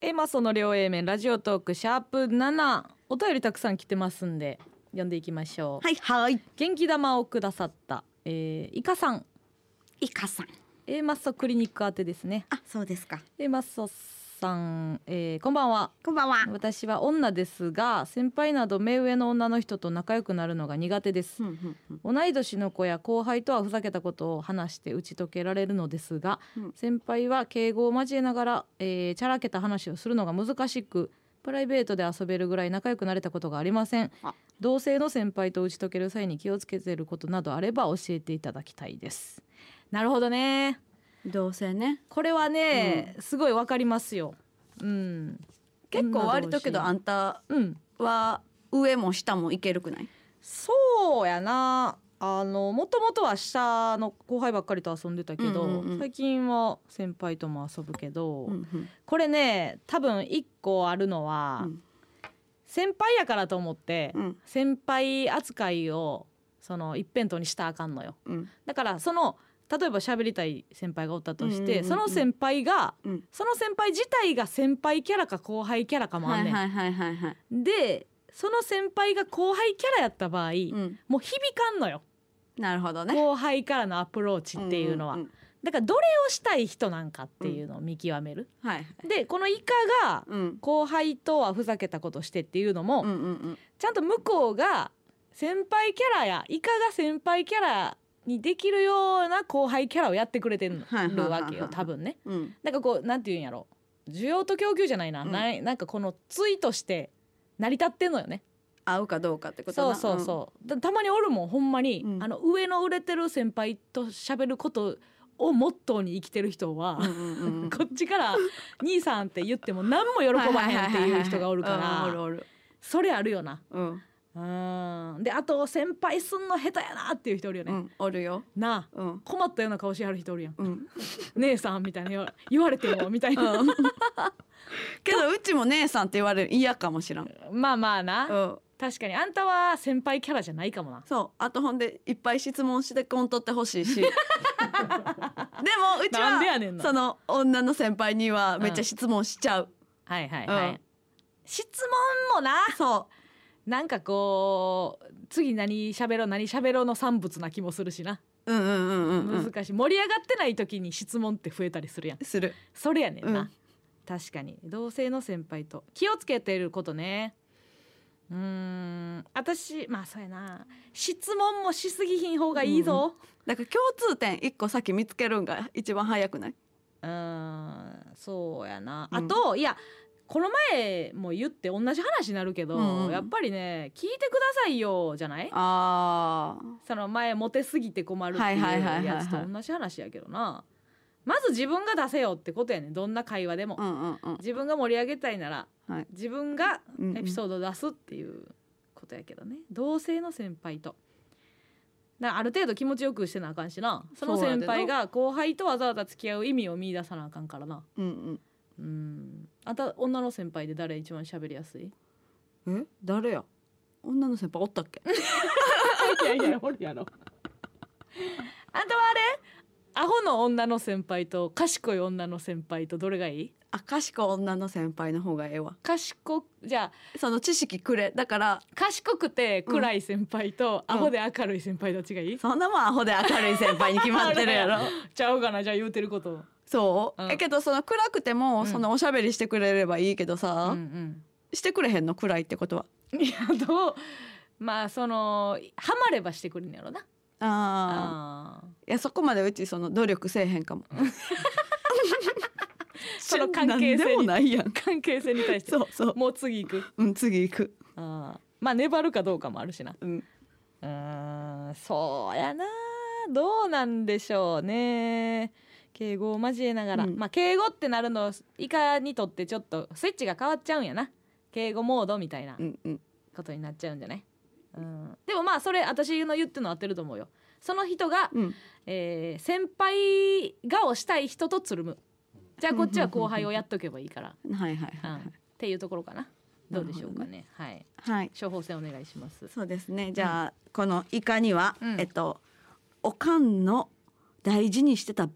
エマソの両 A 面ラジオトークシャープ7お便りたくさん来てますんで読んでいきましょう、はいはい元気玉をくださった、えー、イカさんイカさん A マッソクリニック宛てですねあそうですか A マッソさん、えー、こんばんはこんばんは私は女ですが先輩など目上の女の人と仲良くなるのが苦手ですうんうんうん同い年の子や後輩とはふざけたことを話して打ち解けられるのですが、うん先輩は敬語を交えながら、えー、チャラけた話をするのが難しくプライベートで遊べるぐらい仲良くなれたことがありませんあ同性の先輩と打ち解ける際に気をつけてることなどあれば教えていただきたいですなるほどねどうせねこれはね、すごいわかりますようん結構割とけどあ女んた同士うんは上も下もいけるくないそうやなあのもともとは下の後輩ばっかりと遊んでたけど、うんうんうん最近は先輩とも遊ぶけど、うんうんこれね多分一個あるのは、うん先輩やからと思って、うん先輩扱いをその一辺倒にしたらあかんのようんだからその例えば喋りたい先輩がおったとして、うんうんうんうんその先輩がうんその先輩自体が先輩キャラか後輩キャラかもあはんねいん、はいはいはいはいでその先輩が後輩キャラやった場合、うんもう響かんのよなるほどね後輩からのアプローチっていうのは、んんだからどれをしたい人なんかっていうのを見極める、はいでこのイカがうん後輩とはふざけたことしてっていうのも、うんうんちゃんと向こうが先輩キャラやイカが先輩キャラにできるような後輩キャラをやってくれてるはいはいはいはいわけよ多分ねうんうんなんかこうなんて言うんやろ需要と供給じゃないな、うんないなんかこの対として成り立ってんのよね合うかどうかってことそうなそうそう、だたまにおるもんほんまに、うんあの上の売れてる先輩と喋ることをモットーに生きてる人はう、んうんうんう んこっちから「兄さん」って言っても何も喜ばへんっていう人がおるかはいはいはいはいうんらおるおるそれあるよな。うんうんであと先輩すんの下手やなっていう人おるようね、んおるよなあうん困ったような顔しはる人おるやんうん「姉さん」みたいな言わ言われてもみたいな、うんけどうちも姉さんって言われる嫌かもしらん、 まあまあな、うん、確かにあんたは先輩キャラじゃないかもなそうあとほんでいっぱい質問してこんとってほしい しでもうちなんでやねはんなその女の先輩にはめっちゃ質問しちゃう、はいはいはい、うん質問もなそなんかこう次何喋ろう何喋ろうの産物な気もするしな、ううんうんうんうんうん難しい盛り上がってない時に質問って増えたりするやんするそれやねんな、うん確かに同性の先輩と気をつけてることねうーん私まあそうやな質問もしすぎひん方がいいぞだから共通点一個先見つけるんが一番早くないーうんそうやな、うんあといやこの前も言って同じ話になるけど、うんうんやっぱりね聞いてくださいよじゃないあーその前モテすぎて困るってはいいはいはいはいはういやつと同じ話やけどなまず自分が出せよってことやねんどんな会話でも、うんうんうん自分が盛り上げたいなら、はい自分がうんエピソードを出すっていうことやけどね、同性の先輩と。だからある程度気持ちよくしてなあかんしなそのそうや先でな輩が後輩とわざわざ付き合う意味を見出さなあかんからなうんうんあんた女の先輩で誰一番喋りやすいいうんえ誰や女の先輩おったっけやいやおるやろあんたはあれアホの女の先輩と賢い女の先輩とどれがいいあ賢い女の先輩の方がええわ賢くじゃあその知識くれだから賢くて暗い先輩と、うんアホで明るい先輩どっちがいい、そんなもんアホで明るい先輩に決まってるやあろれちゃうかなじゃあ言うてることそう、うんえけどその暗くても、うんそのおしゃべりしてくれればいいけどさ、んしてくれへんの暗いってことはうん、いやどうまあそのハマればしてくるんやろなあああーいやそこまでうちその努力せえへんかも その関係性になんでもないやん関係性に対してそうそうもう次行くうん次行くあーまあ粘るかどうかもあるしなうんうーんそうやなどうなんでしょうね敬語を交えながら、うんまあ敬語ってなるの以下にとってちょっとスイッチが変わっちゃうんやな敬語モードみたいなうんうんことになっちゃうんじゃない、うん、でもまあそれ私の言ってんの合ってると思うよその人が、うんえー先輩顔したい人とつるむじゃあこっちは後輩をやっとけばいいから、はいはいうん、はっい、ていうところかなどうでしょうかねはいはい処方箋お願いしますそうですねじゃあ、このイカには、うんえっとおかんの大事にしてた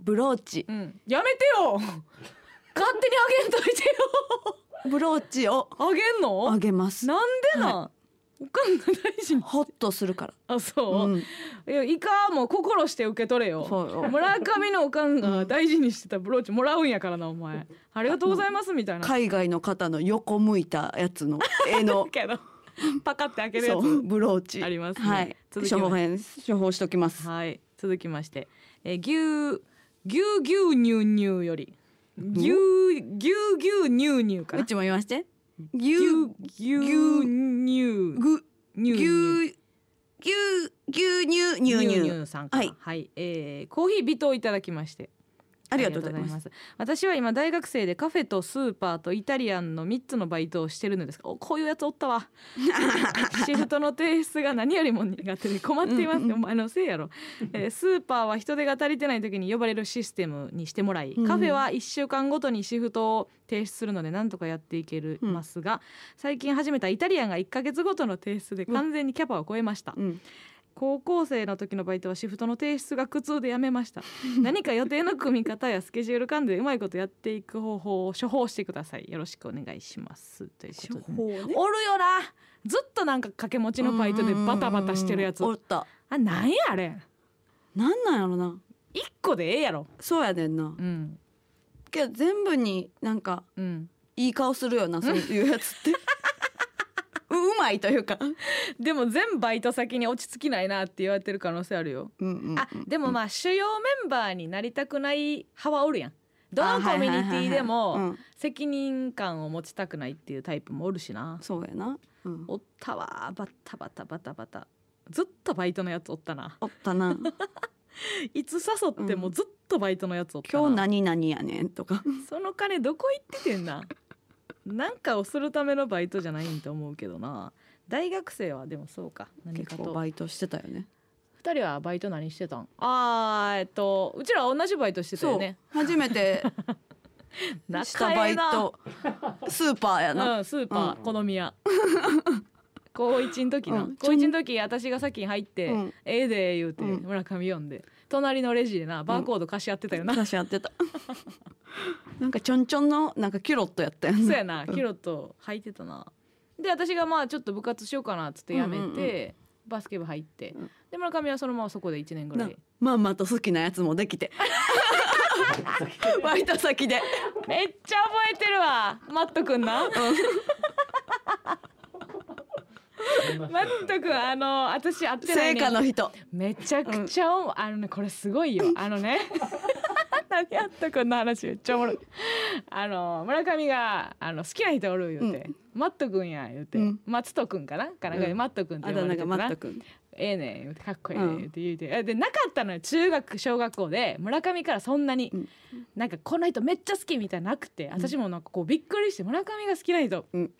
ブローチうんやめてよ勝手にあげんといてよブローチをあげんのあげますなんでなん、おかんが大事にホッとするからあそう、うんいやイカも心して受け取れよそうよ村上のおかんが大事にしてたブローチもらうんやからなお前ありがとうございますみたいな海外の方の横向いたやつ の絵のけどパカって開けるやそつうブローチありますねはい続きま処す方編処方しときますはい続きましてえー牛牛牛乳乳より牛牛牛乳乳かうなちも言わして牛牛牛牛乳ぐ乳乳牛牛牛乳乳乳乳乳さんからはいはいえーコーヒー微糖いただきましてありがとうございますす。私は今大学生でカフェとスーパーとイタリアンの三つのバイトをしてるのですが、おこういうやつおった わ。シフトの提出が何よりも苦手で困っています。うんうんお前のせいやろ、えースーパーは人手が足りてない時に呼ばれるシステムにしてもらい、うんカフェは1週間ごとにシフトを提出するのでなんとかやっていけるうんますが、最近始めたイタリアンが1ヶ月ごとの提出で完全にキャパを超えました。うん高校生の時のバイトはシフトの提出が苦痛でやめま した何か予定の組み方やスケジュール感でうまいことやっていく方法を処方してくださいよろしくお願いしますということでね、おるよなずっとなんか掛け持ちのバイトでバタバタしてるやつおったあなんやあれなんなんやろな一個でええやろそうやでんなうんけど全部になんかうんいい顔する よなそういうやつってううまいというかでも全バイト先に落ち着きないなって言われてる可能性あるようんうんうんあでもまあ主要メンバーになりたくない派はおるやんどのコミュニティであはいはいはいはいもうん責任感を持ちたくないっていうタイプもおるしなそうやなうんおったわバッタバタバタバタずっとバイトのやつおったなおっ たないつ誘ってもずっとバイトのやつおったな、今日何々やねんとかその金どこ行っててんななんかをするためのバイトじゃないんと思うけどな大学生はでもそうか何か結と構バイトしてたよね二人はバイト何してたんあーえっとうちら同じバイトしてたそようね初め てしたバイトスーパーやなうん、スーパうー、ん好み 屋。高一の時な、うん高一の時私が先に入って、うんええで言うて、うん村上読んで隣のレジでなバーコード貸し合ってたよ な、昔やってたなんかちょんちょんのなんかキュロットやったよねそうやなうんキロと履いてたなで私がまあちょっと部活しようかなっつってやめて、うんうんうバスケ部入って、うんで村上はそのままそこで1年ぐらないまんまと好きなやつもで きてバイト先でめっちゃ覚えてるわマットくんな マットくんあの私会ってな成いね果の人めちゃくちゃおも、あのねこれすごいよあのね何やったこんな話めっちゃおもろいあの村上があの好きな人おる言うて、マットくんや言うて、うん松戸くんかなかなんかでうんマットくんってあ呼ばだれ名てがたマなットくんええねん言うてかっこいいねん言うて言うて、えでなかったのよ中学小学校で村上からそんなに、うんなんかこの人めっちゃ好きみたいなのなくて私もなんかこうびっくりして村上が好きな人、うん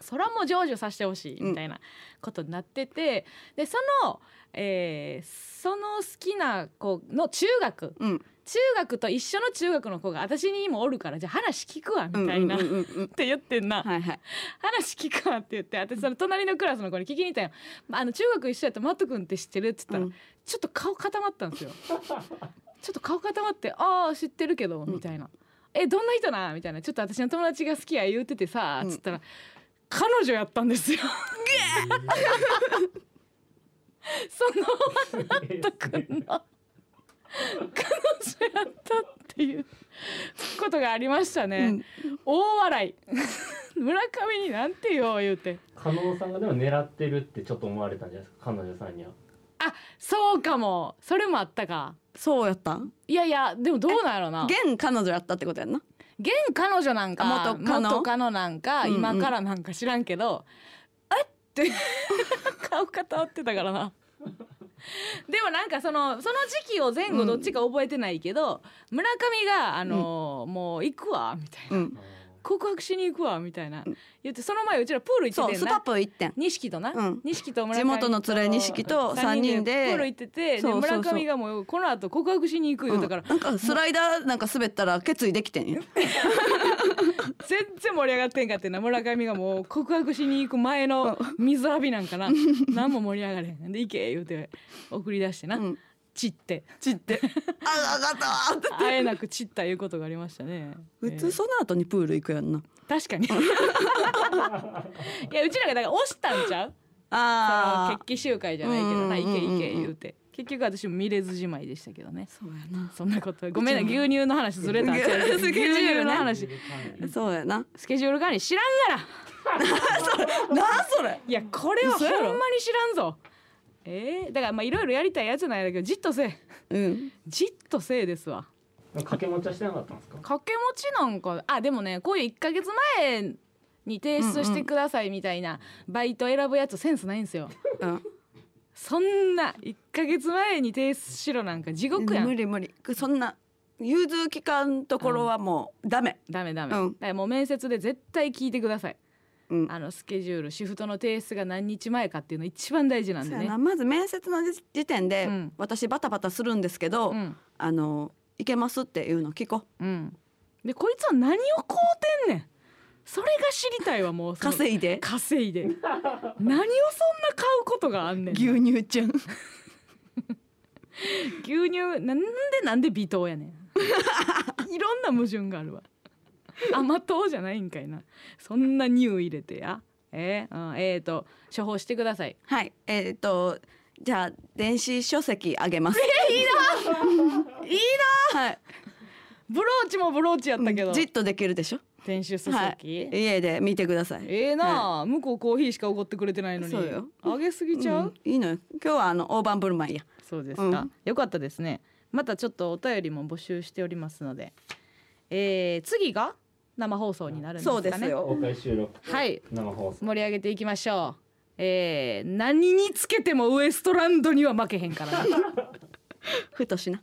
そらもう成就させてほしいみたいなことになっててでその、えーその好きな子の中学うん中学と一緒の中学の子が私にもおるからじゃあ話聞くわうみんうんたういんな、うっんうんて言ってんな。は いはい話聞くわって言って私その隣のクラスの子に聞きに行ったよ「あの中学一緒やったマット君って知ってる?」って言ったら、うんちょっと顔固まったんです よちょっと顔固まって「ああ知ってるけど」んみたいな「えどんな人な?」みたいな「ちょっと私の友達が好きや言うててさ」っつったら、彼女やったんですよ そのマット君の彼女やったっていうことがありましたね、うん大笑い 村上になんてよ言うて 加納さんがでも狙ってるってちょっと思われたんじゃないですか彼女さんにはそうかもそれもあったかそうやったいやいやでもどうなんやろな現彼女やったってことやんな現彼女なんか元カノ元カノなんか、うんうん今からなんか知らんけどえって 顔固まってたからなでもなんかそのその時期を前後どっちか覚えてないけど、村上があのーもう行くわみたいなうん告白しに行くわみたいなうん言ってその前うちらプール行っそてうてスんパなプ1点錦とな、うん錦と村上地元の連れ錦と三人でプール行っててでそうそうそう村上がもうこの後告白しに行く言うたから、なんかスライダーなんか滑ったら決意できてんや全然盛り上がってんかってな村上がもう告白しに行く前の水浴びなんかな何も盛り上がれへんで行け言うて送り出してな、うん散って散 ってあ上がったわって会えなく散ったいうことがありましたね普通その後にプール行くやんなえー確か にいやうちらがだから押したんちゃうそのあ決起集会じゃないけどなうんいうんうんけうんういんけ言うて結局私も見れずじまいでしたけどねそうやなそんなことごめんなうちも牛乳の話ずれた牛 牛スケジュー乳ルねの話そうやなスケジュール管理知らんからなんそれいやこれはほ嘘んやろまに知らんぞえー、だからまあいろいろやりたいやつなんやけどじっとせえうんじっとせえですわ掛け持ちはしてなかったんですか。掛け持ちなんかあでもねこういう1ヶ月前に提出してくださいみたいなバイト選ぶやつセンスないんですよ、うんそんな1ヶ月前に提出しろなんか地獄や無ん理無理そんな融通期間ところはもうダメダメダメ、うんだからもう面接で絶対聞いてくださいう んあのスケジュールシフトの提出が何日前かっていうの一番大事なんそでうやねなまず面接の時時点で、うん私バタバタするんですけど、うんあの行けますっていうの聞こううんでこいつは何を買うてんねんそれが知りたいわもうその稼いで稼いで何をそんな買うことがあんねん牛乳ちゃん牛乳なんでなんで微糖やねん いろんな矛盾があるわ甘党じゃないんかいなそんな乳入れてやえーうん、えー、と処方してくださいはいえっ、とじゃあ電子書籍あげますいいはいブローチもブローチやったけどじっとできるでしょ店主書籍、はい家で見てくださいええなあ、向こうコーヒーしかおごってくれてないのにそうよあげすぎちゃう、うんいいのよ今日はあの大盤振る舞いやそうですか、うんよかったですねまたちょっとお便りも募集しておりますので、えー、次が生放送になるんですかねそうです公よ開収録。はい。生放送。盛り上げていきましょうえー、何につけてもウエストランドには負けへんからなふとしな